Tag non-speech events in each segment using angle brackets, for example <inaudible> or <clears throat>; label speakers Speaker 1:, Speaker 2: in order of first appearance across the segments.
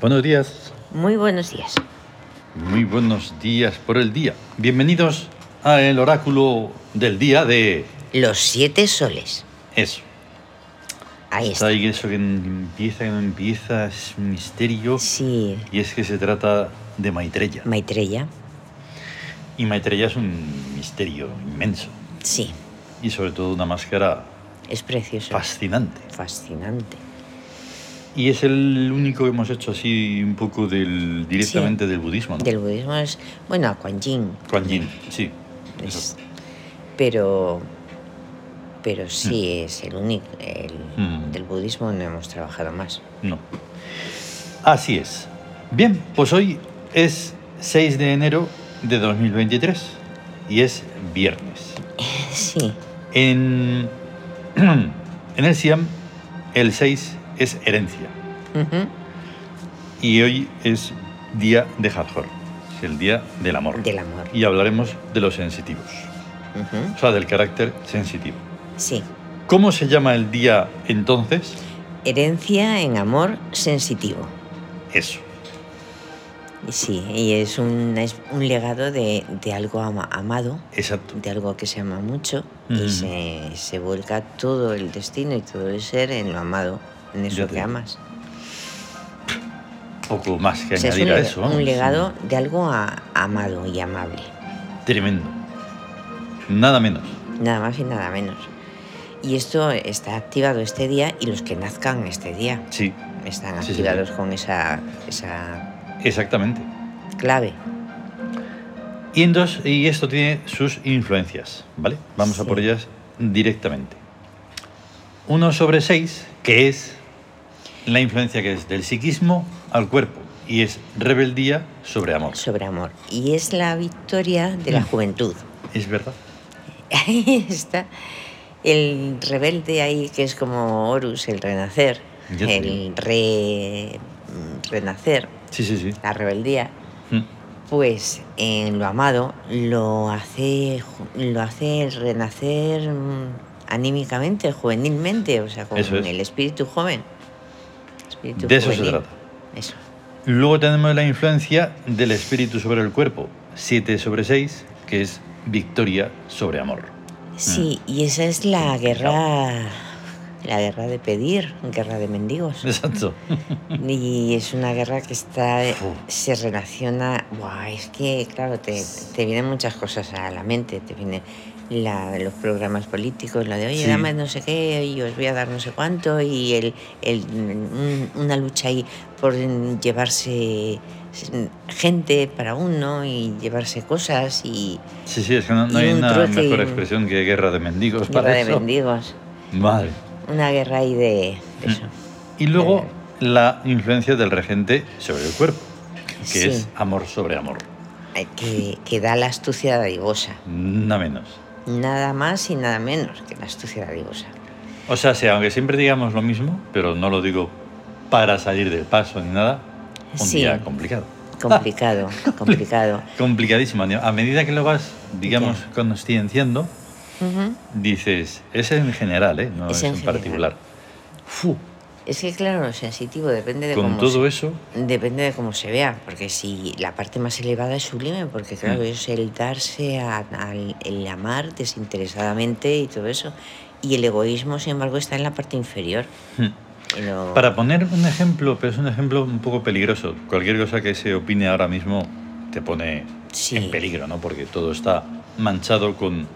Speaker 1: Buenos días.
Speaker 2: Muy buenos días.
Speaker 1: Muy buenos días por el día. Bienvenidos a el oráculo del día de
Speaker 2: Los siete soles.
Speaker 1: eso.
Speaker 2: Ahí
Speaker 1: Está
Speaker 2: está.
Speaker 1: ahí eso que empieza, que no empieza, es un misterio.
Speaker 2: Sí,
Speaker 1: Y es que se trata de Maitreya.
Speaker 2: Maitreya.
Speaker 1: Y Maitreya es un misterio inmenso.
Speaker 2: Sí,
Speaker 1: Y sobre todo una máscara
Speaker 2: es precioso.
Speaker 1: fascinante.
Speaker 2: Fascinante.
Speaker 1: Y es el único que hemos hecho así un poco del directamente del budismo, ¿no?
Speaker 2: Del budismo es. Bueno, a Kuan Yin.
Speaker 1: Kuan Yin, sí.
Speaker 2: es-
Speaker 1: Exacto.
Speaker 2: pero. Pero sí es el único. el-
Speaker 1: Mm.
Speaker 2: Del budismo no hemos trabajado más.
Speaker 1: No. Así es. Bien, pues hoy es 6 de enero de 2023 y es viernes.
Speaker 2: Sí,
Speaker 1: En, <clears throat> en el Siam, el 6 es herencia
Speaker 2: ujú,
Speaker 1: y hoy es día de Hathor, es el día del amor.
Speaker 2: del amor.
Speaker 1: Y hablaremos de los sensitivos,
Speaker 2: ujú,
Speaker 1: o sea, del carácter sensitivo.
Speaker 2: Sí.
Speaker 1: ¿Cómo se llama el día entonces?
Speaker 2: Herencia en amor sensitivo.
Speaker 1: Eso.
Speaker 2: Y Sí, y es un, es un legado de, de algo ama- amado.
Speaker 1: Exacto.
Speaker 2: de algo que se ama mucho
Speaker 1: Ujú.
Speaker 2: y se, se vuelca todo el destino y todo el ser en lo amado, en
Speaker 1: Ya
Speaker 2: eso
Speaker 1: te
Speaker 2: que
Speaker 1: digo.
Speaker 2: amas.
Speaker 1: Poco más que
Speaker 2: O sea, es un,
Speaker 1: añadir a
Speaker 2: lega-
Speaker 1: eso.
Speaker 2: un
Speaker 1: vamos.
Speaker 2: legado de algo a- amado y amable,
Speaker 1: Tremendo. Nada menos.
Speaker 2: nada más y nada menos. Y esto está activado este día y los que nazcan este día
Speaker 1: Sí,
Speaker 2: están
Speaker 1: Sí, sí,
Speaker 2: activados
Speaker 1: sí.
Speaker 2: con esa, esa
Speaker 1: exactamente.
Speaker 2: clave.
Speaker 1: Y, entonces, y esto tiene sus influencias, ¿vale? Vamos a
Speaker 2: Sí.
Speaker 1: por ellas directamente. 1 sobre 6, que es la influencia que es del psiquismo al cuerpo, y es rebeldía sobre amor.
Speaker 2: Sobre amor. Y es la victoria de la
Speaker 1: Mm.
Speaker 2: juventud.
Speaker 1: ¿Es verdad?
Speaker 2: <laughs> Ahí está el rebelde ahí que es como Horus, el renacer,
Speaker 1: Ya te
Speaker 2: el re- mm, renacer,
Speaker 1: Sí, sí, sí.
Speaker 2: la rebeldía,
Speaker 1: Mm.
Speaker 2: pues en lo amado lo hace, ju- lo hace renacer mm, anímicamente, juvenilmente, o sea, con
Speaker 1: Eso es.
Speaker 2: el espíritu joven. Espíritu
Speaker 1: De eso se
Speaker 2: juvenil.
Speaker 1: trata.
Speaker 2: Eso.
Speaker 1: Luego tenemos la influencia del espíritu sobre el cuerpo, 7 sobre 6, que es victoria sobre amor. Mm.
Speaker 2: Sí, y esa es la guerra, la guerra de pedir, guerra de mendigos.
Speaker 1: <laughs> Exacto.
Speaker 2: Y es una guerra que está.
Speaker 1: Fu.
Speaker 2: se relaciona. Buah, es que, claro, te, te vienen muchas cosas a la mente. Te vienen la, los programas políticos, la de oye,
Speaker 1: Sí.
Speaker 2: dame no sé qué, y os voy a dar no sé cuánto, y el, el- un- una lucha ahí por llevarse gente para uno y llevarse cosas y
Speaker 1: Sí, sí, es que no, no
Speaker 2: Y
Speaker 1: hay
Speaker 2: un
Speaker 1: una
Speaker 2: trote y
Speaker 1: mejor
Speaker 2: un-
Speaker 1: expresión que guerra de mendigos
Speaker 2: guerra
Speaker 1: Pues para
Speaker 2: de
Speaker 1: eso.
Speaker 2: mendigos.
Speaker 1: Madre.
Speaker 2: Una guerra ahí de,
Speaker 1: <laughs>
Speaker 2: de eso.
Speaker 1: Y luego la influencia del regente sobre el cuerpo, que
Speaker 2: Sí.
Speaker 1: es amor sobre amor,
Speaker 2: eh, Que, que da la astucia dadivosa.
Speaker 1: nada menos.
Speaker 2: Nada más y nada menos que la astucia dadivosa.
Speaker 1: O sea, sea, aunque siempre digamos lo mismo, pero no lo digo para salir del paso ni nada, un
Speaker 2: Sí.
Speaker 1: día complicado.
Speaker 2: <laughs> Complicado, complicado.
Speaker 1: Complicadísimo. A medida que lo vas, digamos,
Speaker 2: Ya.
Speaker 1: conscienciando,
Speaker 2: Ujú.
Speaker 1: dices, es en general, ¿eh? no
Speaker 2: Es
Speaker 1: es
Speaker 2: en
Speaker 1: en,
Speaker 2: general.
Speaker 1: particular. Fu,
Speaker 2: Es que claro, lo sensitivo depende de
Speaker 1: con
Speaker 2: cómo
Speaker 1: todo
Speaker 2: se,
Speaker 1: eso,
Speaker 2: depende de cómo se vea, porque si la parte más elevada es sublime, porque claro,
Speaker 1: Mm.
Speaker 2: es el darse a- al el amar desinteresadamente y todo eso. Y el egoísmo, sin embargo, está en la parte inferior. en lo-
Speaker 1: Para poner un ejemplo, pero es un ejemplo un poco peligroso. Cualquier cosa que se opine ahora mismo te pone
Speaker 2: Sí.
Speaker 1: en peligro, ¿no? Porque todo está manchado con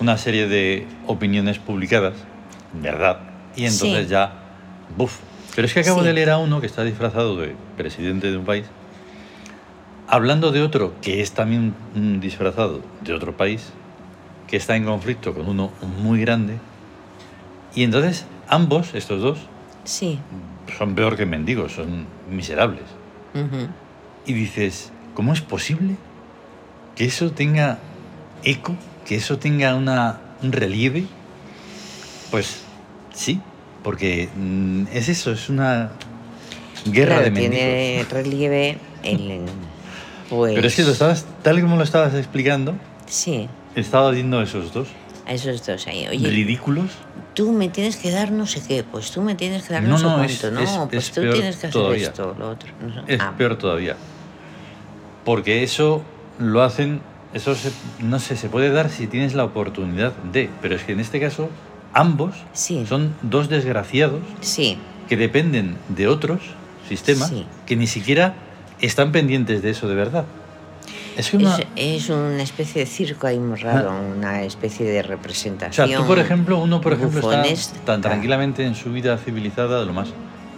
Speaker 1: una serie de opiniones publicadas, ¿verdad? Y entonces
Speaker 2: Sí.
Speaker 1: ya, buf. Pero es que acabo
Speaker 2: Sí.
Speaker 1: de leer a uno que está disfrazado de presidente de un país, hablando de otro que es también mm, disfrazado de otro país, que está en conflicto con uno muy grande. Y entonces ambos, estos dos,
Speaker 2: Sí.
Speaker 1: son peor que mendigos, son miserables.
Speaker 2: ujú.
Speaker 1: Y dices, ¿cómo es posible que eso tenga eco, que eso tenga una, un relieve? Pues sí, porque mm, es eso, es una guerra
Speaker 2: Claro,
Speaker 1: de mendigos.
Speaker 2: tiene relieve
Speaker 1: <laughs>
Speaker 2: el pues
Speaker 1: Pero es que lo estabas, tal y como lo estabas explicando,
Speaker 2: Sí.
Speaker 1: estaba viendo esos dos.
Speaker 2: a esos dos ahí. Oye,
Speaker 1: ridículos.
Speaker 2: tú me tienes que dar no sé qué, pues tú me tienes que dar no,
Speaker 1: No,
Speaker 2: sé
Speaker 1: no,
Speaker 2: cuánto,
Speaker 1: es-
Speaker 2: ¿no?
Speaker 1: es-
Speaker 2: pues
Speaker 1: es
Speaker 2: tú
Speaker 1: peor
Speaker 2: tienes que hacer
Speaker 1: todavía.
Speaker 2: esto, lo otro. no sé.
Speaker 1: Es
Speaker 2: Ah,
Speaker 1: peor todavía. Porque eso lo hacen, eso se- no sé, se puede dar si tienes la oportunidad de, pero es que en este caso ambos
Speaker 2: Sí.
Speaker 1: son dos desgraciados
Speaker 2: Sí,
Speaker 1: que dependen de otros sistemas
Speaker 2: Sí.
Speaker 1: que ni siquiera están pendientes de eso de verdad. Es que una,
Speaker 2: es, es una especie de circo ahí muy raro, una especie de
Speaker 1: Ah. o
Speaker 2: representación.
Speaker 1: sea, tú por ejemplo, uno por ejemplo
Speaker 2: bufones, Ah.
Speaker 1: está tan tranquilamente en su vida civilizada, lo más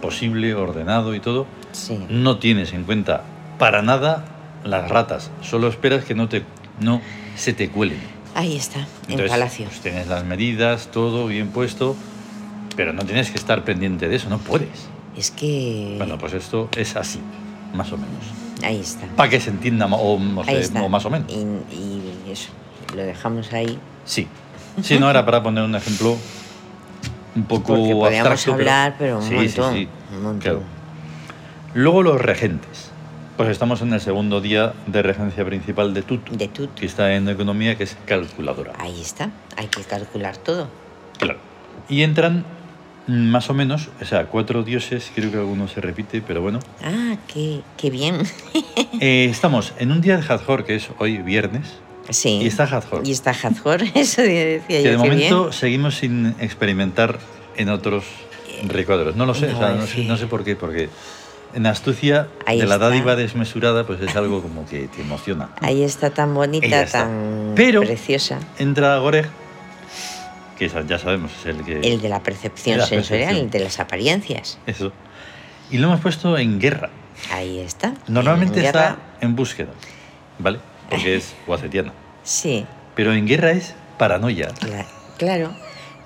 Speaker 1: posible, ordenado y todo,
Speaker 2: Sí.
Speaker 1: no tienes en cuenta para nada las ratas, solo esperas que no, te, no se te cuelen.
Speaker 2: Ahí está, en
Speaker 1: Entonces,
Speaker 2: Palacio.
Speaker 1: pues, tienes las medidas, todo bien puesto, pero no tienes que estar pendiente de eso, no puedes.
Speaker 2: Es que.
Speaker 1: Bueno, pues esto es así, más o menos.
Speaker 2: ahí está.
Speaker 1: Para que se entienda ma- o, o
Speaker 2: ahí
Speaker 1: sea,
Speaker 2: está.
Speaker 1: o más o menos.
Speaker 2: Y, y eso, lo dejamos ahí.
Speaker 1: Sí. Sí, no, era para poner un ejemplo un poco
Speaker 2: Porque podíamos
Speaker 1: abstracto.
Speaker 2: hablar, pero un
Speaker 1: Sí, sí,
Speaker 2: montón,
Speaker 1: sí,
Speaker 2: un montón.
Speaker 1: claro. Luego los regentes. Pues estamos en el segundo día de regencia principal de Tutu,
Speaker 2: De Tutu.
Speaker 1: que está en economía, que es calculadora.
Speaker 2: Ahí está, hay que calcular todo.
Speaker 1: Claro. Y entran mm, más o menos, o sea, cuatro dioses, creo que alguno se repite, pero bueno.
Speaker 2: Ah, qué, qué bien.
Speaker 1: Eh, estamos en un día de Hathor, que es hoy viernes,
Speaker 2: Sí.
Speaker 1: y está Hathor.
Speaker 2: Y está Hathor, <laughs> eso de-
Speaker 1: que
Speaker 2: decía
Speaker 1: de
Speaker 2: yo. qué bien.
Speaker 1: momento seguimos sin experimentar en otros recuadros. No lo sé, o sea,
Speaker 2: no,
Speaker 1: no, sé,
Speaker 2: sí.
Speaker 1: no sé por qué, porque en astucia
Speaker 2: Ahí
Speaker 1: de la
Speaker 2: está.
Speaker 1: dádiva desmesurada pues es algo como que te emociona.
Speaker 2: Ahí está tan
Speaker 1: Y ya
Speaker 2: bonita,
Speaker 1: está.
Speaker 2: tan
Speaker 1: Pero-
Speaker 2: preciosa.
Speaker 1: Entra Goreg, que esa- ya sabemos es el que...
Speaker 2: El de la percepción
Speaker 1: De la
Speaker 2: sensorial,
Speaker 1: percepción.
Speaker 2: el de las apariencias.
Speaker 1: Eso. Y lo hemos puesto en guerra.
Speaker 2: Ahí está.
Speaker 1: Normalmente
Speaker 2: En
Speaker 1: está
Speaker 2: guerra,
Speaker 1: en búsqueda, ¿vale? Porque
Speaker 2: <laughs>
Speaker 1: es guacetiana.
Speaker 2: Sí,
Speaker 1: Pero en guerra es paranoia.
Speaker 2: la- claro.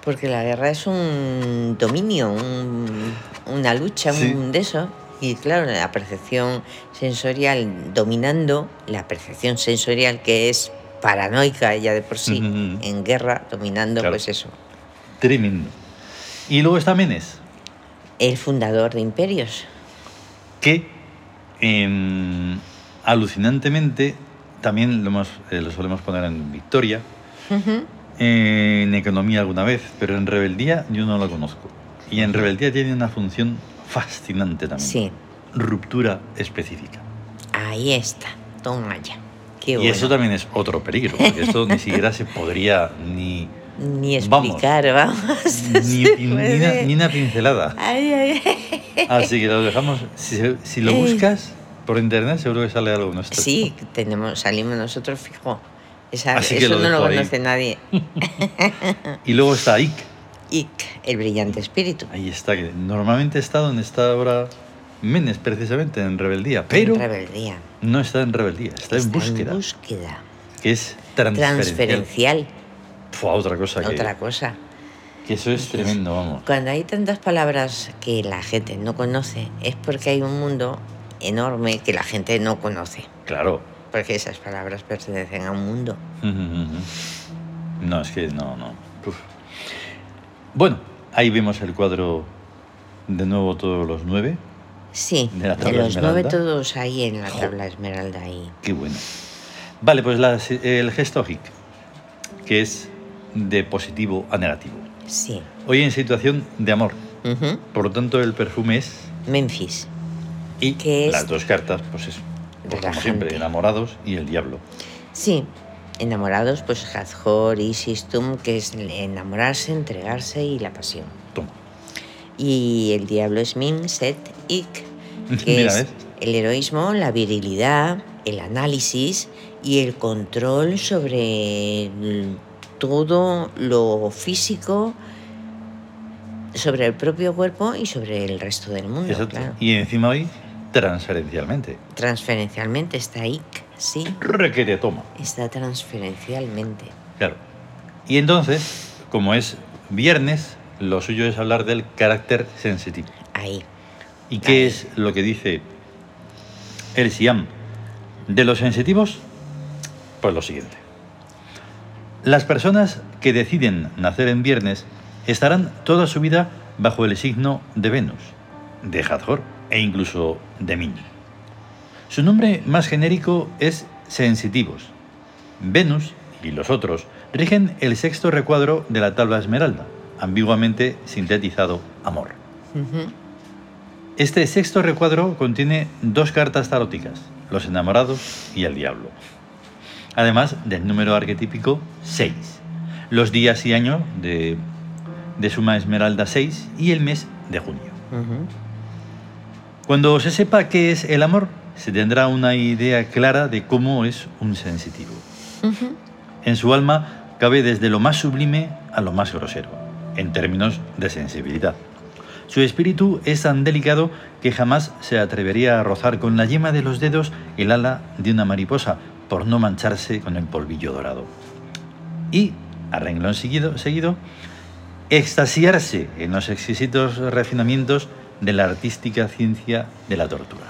Speaker 2: Porque la guerra es un dominio, un- una lucha,
Speaker 1: Sí.
Speaker 2: un de eso. Y claro, la percepción sensorial dominando, la percepción sensorial que es paranoica ya de por sí,
Speaker 1: Ujú.
Speaker 2: en guerra, dominando,
Speaker 1: Claro.
Speaker 2: pues eso.
Speaker 1: Tremendo. Y luego está Menes,
Speaker 2: El fundador de imperios.
Speaker 1: que em, alucinantemente también lo, hemos- eh, lo solemos poner en Victoria,
Speaker 2: Ujú.
Speaker 1: eh, en Economía alguna vez, pero en Rebeldía yo no lo conozco. Y en Rebeldía tiene una función fascinante también.
Speaker 2: Sí,
Speaker 1: Ruptura específica.
Speaker 2: ahí está. Toma ya. Qué
Speaker 1: y
Speaker 2: bueno.
Speaker 1: eso también es otro peligro, porque esto ni siquiera se podría ni,
Speaker 2: Ni
Speaker 1: Vamos.
Speaker 2: explicar, vamos.
Speaker 1: ni,
Speaker 2: se
Speaker 1: ni una,
Speaker 2: puede.
Speaker 1: ni una pincelada.
Speaker 2: <laughs> Ay, ay, ay.
Speaker 1: Así que lo dejamos. Si, se- si lo
Speaker 2: Eh.
Speaker 1: buscas por internet, seguro que sale algo nuestro.
Speaker 2: Sí, tenemos, salimos nosotros fijo. Esa-
Speaker 1: Así que
Speaker 2: eso
Speaker 1: lo
Speaker 2: no lo
Speaker 1: dejo ahí.
Speaker 2: conoce nadie.
Speaker 1: Y luego está Ick.
Speaker 2: Ick, el brillante espíritu.
Speaker 1: Ahí está, que normalmente está donde está ahora Menes, precisamente, en Rebeldía. Pero
Speaker 2: En rebeldía.
Speaker 1: no está en Rebeldía, está, en búsqueda,
Speaker 2: búsqueda.
Speaker 1: que es transferencial.
Speaker 2: Transferencial,
Speaker 1: Fua, otra cosa que,
Speaker 2: otra cosa.
Speaker 1: que eso es tremendo, vamos.
Speaker 2: Cuando hay tantas palabras que la gente no conoce, es porque hay un mundo enorme que la gente no conoce.
Speaker 1: Claro. <laughs>
Speaker 2: Porque esas palabras pertenecen a un mundo.
Speaker 1: No, es que no, no. Uf. Bueno, ahí vemos el cuadro de nuevo todos los nueve.
Speaker 2: Sí,
Speaker 1: De la
Speaker 2: de,
Speaker 1: tabla
Speaker 2: los nueve
Speaker 1: esmeralda.
Speaker 2: todos ahí en la tabla esmeralda ahí.
Speaker 1: Qué bueno. Vale, pues la- el gesto hic, que es de positivo a negativo.
Speaker 2: Sí.
Speaker 1: Hoy en situación de amor,
Speaker 2: Ujú.
Speaker 1: por lo tanto el perfume es
Speaker 2: Memphis.
Speaker 1: y
Speaker 2: ¿Qué es?
Speaker 1: las dos cartas, pues es pues como
Speaker 2: Relajante.
Speaker 1: siempre, enamorados y el diablo.
Speaker 2: Sí. Enamorados, pues Hathor y Sistum, que es el enamorarse, entregarse y la pasión.
Speaker 1: Toma.
Speaker 2: Y el diablo es Mim, Set, Ik,
Speaker 1: <laughs>
Speaker 2: que
Speaker 1: Mira,
Speaker 2: es
Speaker 1: ¿ves?
Speaker 2: el heroísmo, la virilidad, el análisis y el control sobre el- todo lo físico, sobre el propio cuerpo y sobre el resto del mundo.
Speaker 1: Exacto.
Speaker 2: claro.
Speaker 1: Y encima hoy transferencialmente.
Speaker 2: Transferencialmente está Ik, sí,
Speaker 1: Requete toma.
Speaker 2: está transferencialmente.
Speaker 1: Claro. Y entonces, como es viernes, lo suyo es hablar del carácter sensitivo.
Speaker 2: Ahí.
Speaker 1: ¿Y qué
Speaker 2: Ahí.
Speaker 1: es lo que dice el Siam de los sensitivos? Pues lo siguiente. Las personas que deciden nacer en viernes estarán toda su vida bajo el signo de Venus, de Hathor e incluso de Min. Su nombre más genérico es sensitivos. Venus y los otros rigen el sexto recuadro de la tabla esmeralda, ambiguamente sintetizado amor.
Speaker 2: Ujú.
Speaker 1: Este sexto recuadro contiene dos cartas taróticas, los enamorados y el diablo. Además del número arquetípico 6, los días y año de, de suma esmeralda 6 y el mes de junio.
Speaker 2: Ujú.
Speaker 1: Cuando se sepa qué es el amor, se tendrá una idea clara de cómo es un sensitivo.
Speaker 2: Ujú.
Speaker 1: En su alma cabe desde lo más sublime a lo más grosero, en términos de sensibilidad. Su espíritu es tan delicado que jamás se atrevería a rozar con la yema de los dedos el ala de una mariposa por no mancharse con el polvillo dorado. Y, a renglón seguido, seguido extasiarse en los exquisitos refinamientos de la artística ciencia de la tortura.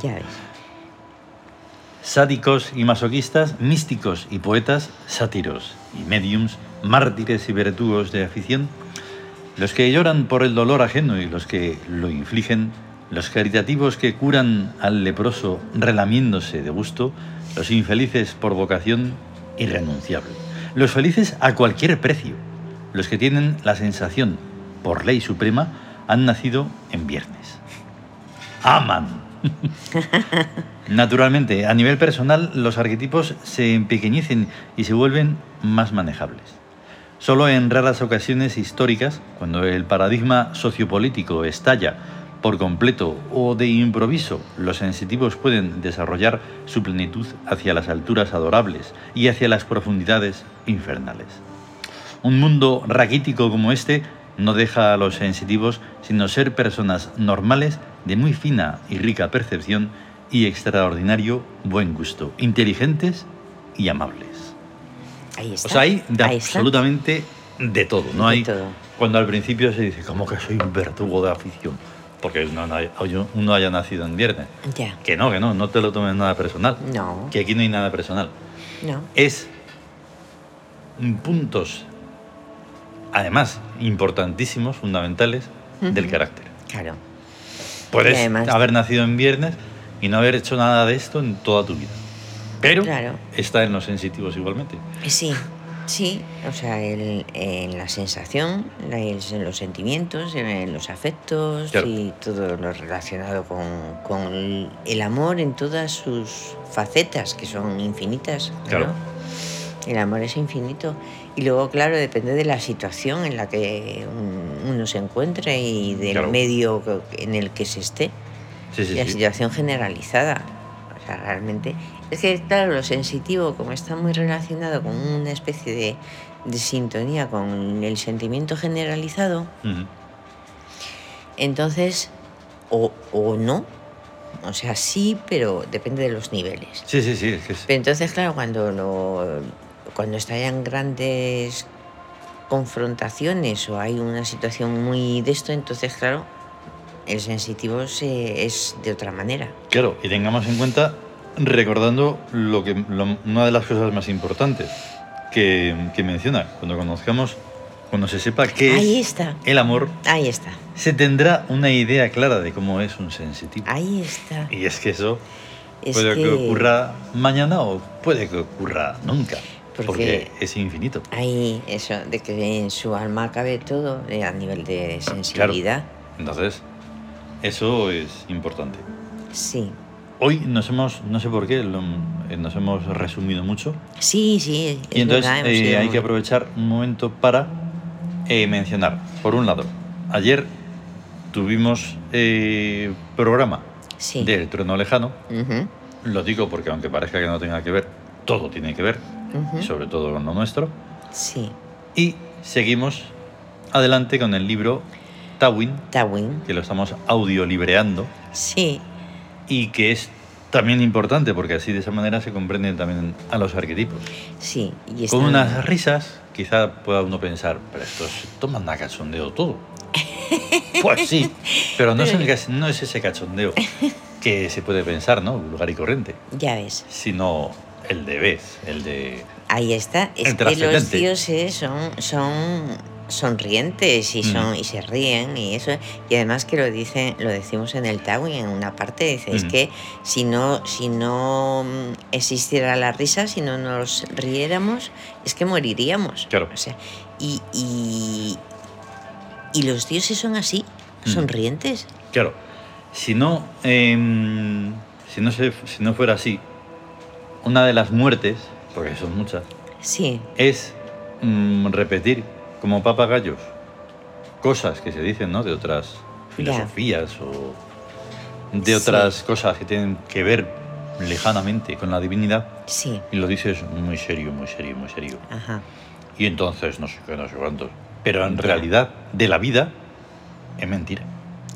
Speaker 2: Ya ves.
Speaker 1: sádicos y masoquistas, místicos y poetas, sátiros y mediums, mártires y vertuos de afición, los que lloran por el dolor ajeno y los que lo infligen, los caritativos que curan al leproso relamiéndose de gusto, los infelices por vocación irrenunciable, los felices a cualquier precio, los que tienen la sensación, por ley suprema, han nacido en viernes. Aman. Naturalmente, a nivel personal, los arquetipos se empequeñecen y se vuelven más manejables. Solo en raras ocasiones históricas, cuando el paradigma sociopolítico estalla por completo o de improviso, los sensitivos pueden desarrollar su plenitud hacia las alturas adorables y hacia las profundidades infernales. Un mundo raquítico como este no deja a los sensitivos sino ser personas normales de muy fina y rica percepción y extraordinario buen gusto, inteligentes y amables.
Speaker 2: Ahí está.
Speaker 1: O sea, hay de
Speaker 2: Ahí está.
Speaker 1: absolutamente de todo, ¿no?
Speaker 2: De
Speaker 1: hay
Speaker 2: todo.
Speaker 1: cuando al principio se dice, como que soy un verdugo de afición? Porque no, no hay- uno haya nacido en viernes.
Speaker 2: Ya.
Speaker 1: Que no, que no, no te lo tomes nada personal.
Speaker 2: No,
Speaker 1: Que aquí no hay nada personal
Speaker 2: no.
Speaker 1: es puntos, además, importantísimos, fundamentales, del carácter.
Speaker 2: Claro.
Speaker 1: Puedes
Speaker 2: Y además-
Speaker 1: haber nacido en viernes y no haber hecho nada de esto en toda tu vida. Pero
Speaker 2: Claro.
Speaker 1: está en los sensitivos igualmente.
Speaker 2: Sí, sí. O sea, el, en la sensación, la- el- en los sentimientos, en, el- los afectos
Speaker 1: Claro.
Speaker 2: y todo lo relacionado con, con el amor en todas sus facetas, que son infinitas. ¿no?
Speaker 1: Claro.
Speaker 2: El amor es infinito. Y luego, claro, depende de la situación en la que un- uno se encuentre y del
Speaker 1: Claro.
Speaker 2: medio en el que se esté
Speaker 1: Sí, sí,
Speaker 2: la
Speaker 1: sí.
Speaker 2: situación generalizada. O sea, realmente. Es que, claro, lo sensitivo, como está muy relacionado con una especie de, de sintonía con el sentimiento generalizado,
Speaker 1: Ujú.
Speaker 2: entonces, o, o no. O sea, sí, pero depende de los niveles.
Speaker 1: Sí, sí, sí, es que es-
Speaker 2: Pero entonces, claro, cuando, lo, cuando estallan grandes confrontaciones o hay una situación muy de esto, entonces, claro, el sensitivo se, es de otra manera.
Speaker 1: Claro, y tengamos en cuenta, recordando lo que, lo- una de las cosas más importantes que, que menciona, cuando conozcamos, cuando se sepa qué
Speaker 2: Ahí
Speaker 1: es
Speaker 2: está.
Speaker 1: el amor,
Speaker 2: Ahí está,
Speaker 1: se tendrá una idea clara de cómo es un sensitivo.
Speaker 2: ahí está.
Speaker 1: Y es que eso
Speaker 2: Ah. Es
Speaker 1: puede que...
Speaker 2: que
Speaker 1: ocurra mañana o puede que ocurra nunca,
Speaker 2: Porque-
Speaker 1: porque es infinito.
Speaker 2: Ahí, eso, de que en su alma cabe todo eh, a nivel de sensibilidad.
Speaker 1: Entonces, eso es importante.
Speaker 2: Sí,
Speaker 1: Hoy nos hemos, no sé por qué, lo- eh, nos hemos resumido mucho.
Speaker 2: sí, sí. es
Speaker 1: Y entonces
Speaker 2: verdad, hemos
Speaker 1: eh,
Speaker 2: ido
Speaker 1: hay
Speaker 2: muy-
Speaker 1: que aprovechar un momento para eh, mencionar, por un lado, ayer tuvimos eh, programa
Speaker 2: Sí.
Speaker 1: del trueno lejano,
Speaker 2: Ujú,
Speaker 1: Lo digo porque aunque parezca que no tenga que ver, todo tiene que ver,
Speaker 2: ujú,
Speaker 1: y sobre todo con lo nuestro.
Speaker 2: Sí,
Speaker 1: Y seguimos adelante con el libro Tawin,
Speaker 2: Tawin.
Speaker 1: que lo estamos audiolibreando
Speaker 2: Sí,
Speaker 1: y que es también importante porque así de esa manera se comprenden también a los arquetipos.
Speaker 2: sí. Y
Speaker 1: Con
Speaker 2: están-
Speaker 1: unas risas, quizá pueda uno pensar, pero estos se toman a cachondeo todo. Pues sí, pero no es, el cas- no es ese cachondeo que se puede pensar, ¿no? Vulgar y corriente,
Speaker 2: Ya ves,
Speaker 1: sino el de vez, el de
Speaker 2: ahí está. Es
Speaker 1: El
Speaker 2: que los
Speaker 1: trascendente.
Speaker 2: dioses son, son, sonrientes y son
Speaker 1: Mm.
Speaker 2: y se ríen y eso y además que lo dicen lo decimos en el Tawi en una parte dice es
Speaker 1: Ujú.
Speaker 2: que si no si no mm, existiera la risa si no nos riéramos es que moriríamos
Speaker 1: Claro.
Speaker 2: o sea y, y y los dioses son así
Speaker 1: Mm.
Speaker 2: sonrientes
Speaker 1: Claro, si no, em, si, no se- si no fuera así, una de las muertes, porque son muchas,
Speaker 2: sí
Speaker 1: es mm, repetir como papagayos cosas que se dicen, ¿no? De otras filosofías o de
Speaker 2: Sí.
Speaker 1: otras cosas que tienen que ver lejanamente con la divinidad
Speaker 2: sí
Speaker 1: y lo dices muy serio, muy serio, muy serio.
Speaker 2: ajá
Speaker 1: Y entonces no sé qué, no sé cuántos. Pero en realidad, de la vida, es mentira.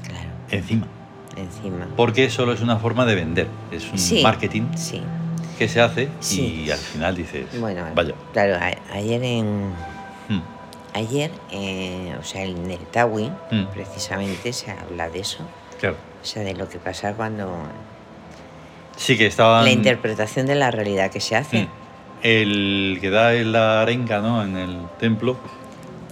Speaker 2: claro
Speaker 1: Encima.
Speaker 2: encima
Speaker 1: Porque solo es una forma de vender, es un
Speaker 2: Sí.
Speaker 1: marketing
Speaker 2: sí
Speaker 1: que se hace
Speaker 2: Sí.
Speaker 1: y al final dices,
Speaker 2: bueno
Speaker 1: vaya,
Speaker 2: claro a- ayer en
Speaker 1: mm,
Speaker 2: Ayer, eh, o sea, en el Tawi,
Speaker 1: Mm.
Speaker 2: precisamente se habla de eso,
Speaker 1: claro.
Speaker 2: o sea, de lo que pasa cuando.
Speaker 1: Sí que estaban...
Speaker 2: La interpretación de la realidad que se hace.
Speaker 1: Mm. El que da la arenga ¿no? en el templo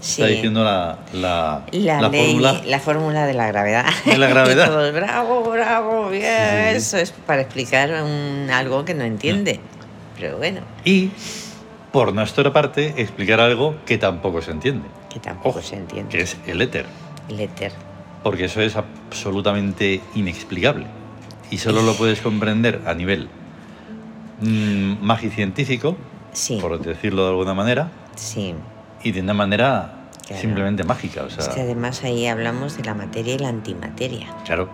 Speaker 2: Sí.
Speaker 1: está diciendo la, la,
Speaker 2: La,
Speaker 1: la
Speaker 2: ley,
Speaker 1: fórmula.
Speaker 2: la fórmula de la gravedad.
Speaker 1: De la gravedad.
Speaker 2: <laughs> Y todos, bravo, bravo, bien.
Speaker 1: Sí, sí, sí. Mm.
Speaker 2: Eso es para explicar un- algo que no entiende. Pero bueno,
Speaker 1: Y por nuestra parte explicar algo que tampoco se entiende,
Speaker 2: que tampoco
Speaker 1: Ojo,
Speaker 2: se entiende.
Speaker 1: que es el éter,
Speaker 2: El éter.
Speaker 1: porque eso es absolutamente inexplicable y solo lo puedes comprender a nivel mm, magicientífico
Speaker 2: Sí.
Speaker 1: por decirlo de alguna manera,
Speaker 2: Sí.
Speaker 1: y de una manera
Speaker 2: Claro.
Speaker 1: simplemente mágica. O sea,
Speaker 2: Es que además ahí hablamos de la materia y la antimateria.
Speaker 1: claro,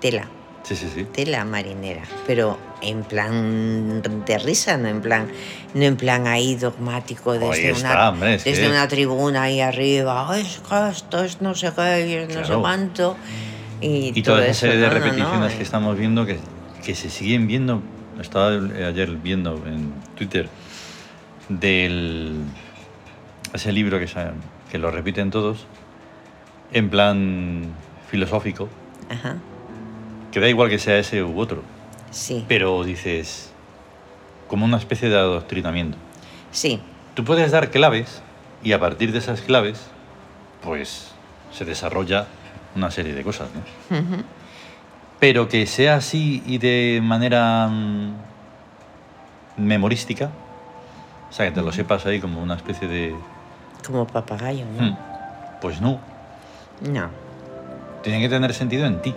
Speaker 2: Tela.
Speaker 1: sí, sí, sí.
Speaker 2: tela marinera, pero en plan de risa, no en plan, no en plan ahí dogmático desde,
Speaker 1: Ahí está,
Speaker 2: una,
Speaker 1: hombre, es
Speaker 2: desde
Speaker 1: que-
Speaker 2: una tribuna ahí arriba, "Ay, es que esto es no sé qué, y es no sé
Speaker 1: Claro.
Speaker 2: cuánto. Y,
Speaker 1: Y
Speaker 2: todo
Speaker 1: toda esa
Speaker 2: eso,
Speaker 1: serie de
Speaker 2: no, no, no,
Speaker 1: repeticiones que
Speaker 2: eh,
Speaker 1: estamos viendo, que, que se siguen viendo, estaba el- ayer viendo en Twitter, del ese libro que, sa- que lo repiten todos, en plan filosófico,
Speaker 2: Ajá,
Speaker 1: que da igual que sea ese u otro,
Speaker 2: sí,
Speaker 1: pero dices, como una especie de adoctrinamiento.
Speaker 2: sí,
Speaker 1: Tú puedes dar claves y a partir de esas claves, pues se desarrolla una serie de cosas, ¿no?
Speaker 2: ujú,
Speaker 1: Pero que sea así y de manera mm, memorística, o sea, que te lo sepas ahí como una especie de...
Speaker 2: como papagayo, ¿no?
Speaker 1: mm, Pues no,
Speaker 2: No,
Speaker 1: tiene que tener sentido en ti.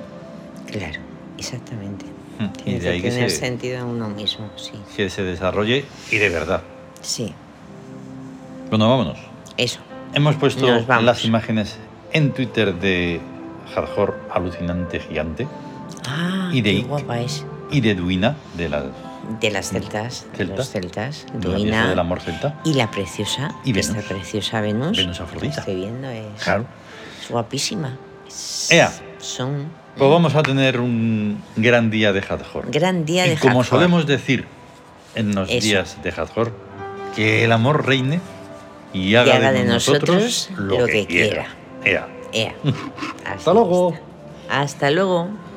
Speaker 2: claro, exactamente.
Speaker 1: mm, Y
Speaker 2: Tiene
Speaker 1: de ahí
Speaker 2: que
Speaker 1: que
Speaker 2: tener
Speaker 1: se,
Speaker 2: sentido en uno mismo, sí,
Speaker 1: que se desarrolle y de verdad.
Speaker 2: sí,
Speaker 1: Bueno, vámonos.
Speaker 2: eso,
Speaker 1: Hemos puesto
Speaker 2: Nos vamos.
Speaker 1: las imágenes en Twitter de Hardcore Alucinante Gigante
Speaker 2: ah,
Speaker 1: Y de
Speaker 2: qué
Speaker 1: ahí- Mm.
Speaker 2: guapa es.
Speaker 1: y de Duina, de las
Speaker 2: De las celtas, de
Speaker 1: Celta.
Speaker 2: los celtas,
Speaker 1: de la diosa
Speaker 2: Duina
Speaker 1: del amor celta.
Speaker 2: y la preciosa,
Speaker 1: Y
Speaker 2: que
Speaker 1: Venus.
Speaker 2: esta preciosa Venus,
Speaker 1: Venus
Speaker 2: que
Speaker 1: Afrodita.
Speaker 2: estoy viendo, es,
Speaker 1: Claro.
Speaker 2: es guapísima. Es-
Speaker 1: Ea.
Speaker 2: Son
Speaker 1: Pues vamos a tener un gran día de Hadjor.
Speaker 2: gran día de
Speaker 1: y como
Speaker 2: Hathor.
Speaker 1: solemos decir en los
Speaker 2: Eso.
Speaker 1: días de Hadjor, que el amor reine y haga,
Speaker 2: haga
Speaker 1: de,
Speaker 2: de
Speaker 1: nosotros,
Speaker 2: nosotros
Speaker 1: lo, que, quiera. Ea.
Speaker 2: Ea. Así
Speaker 1: <laughs> Hasta luego.
Speaker 2: está. Hasta luego.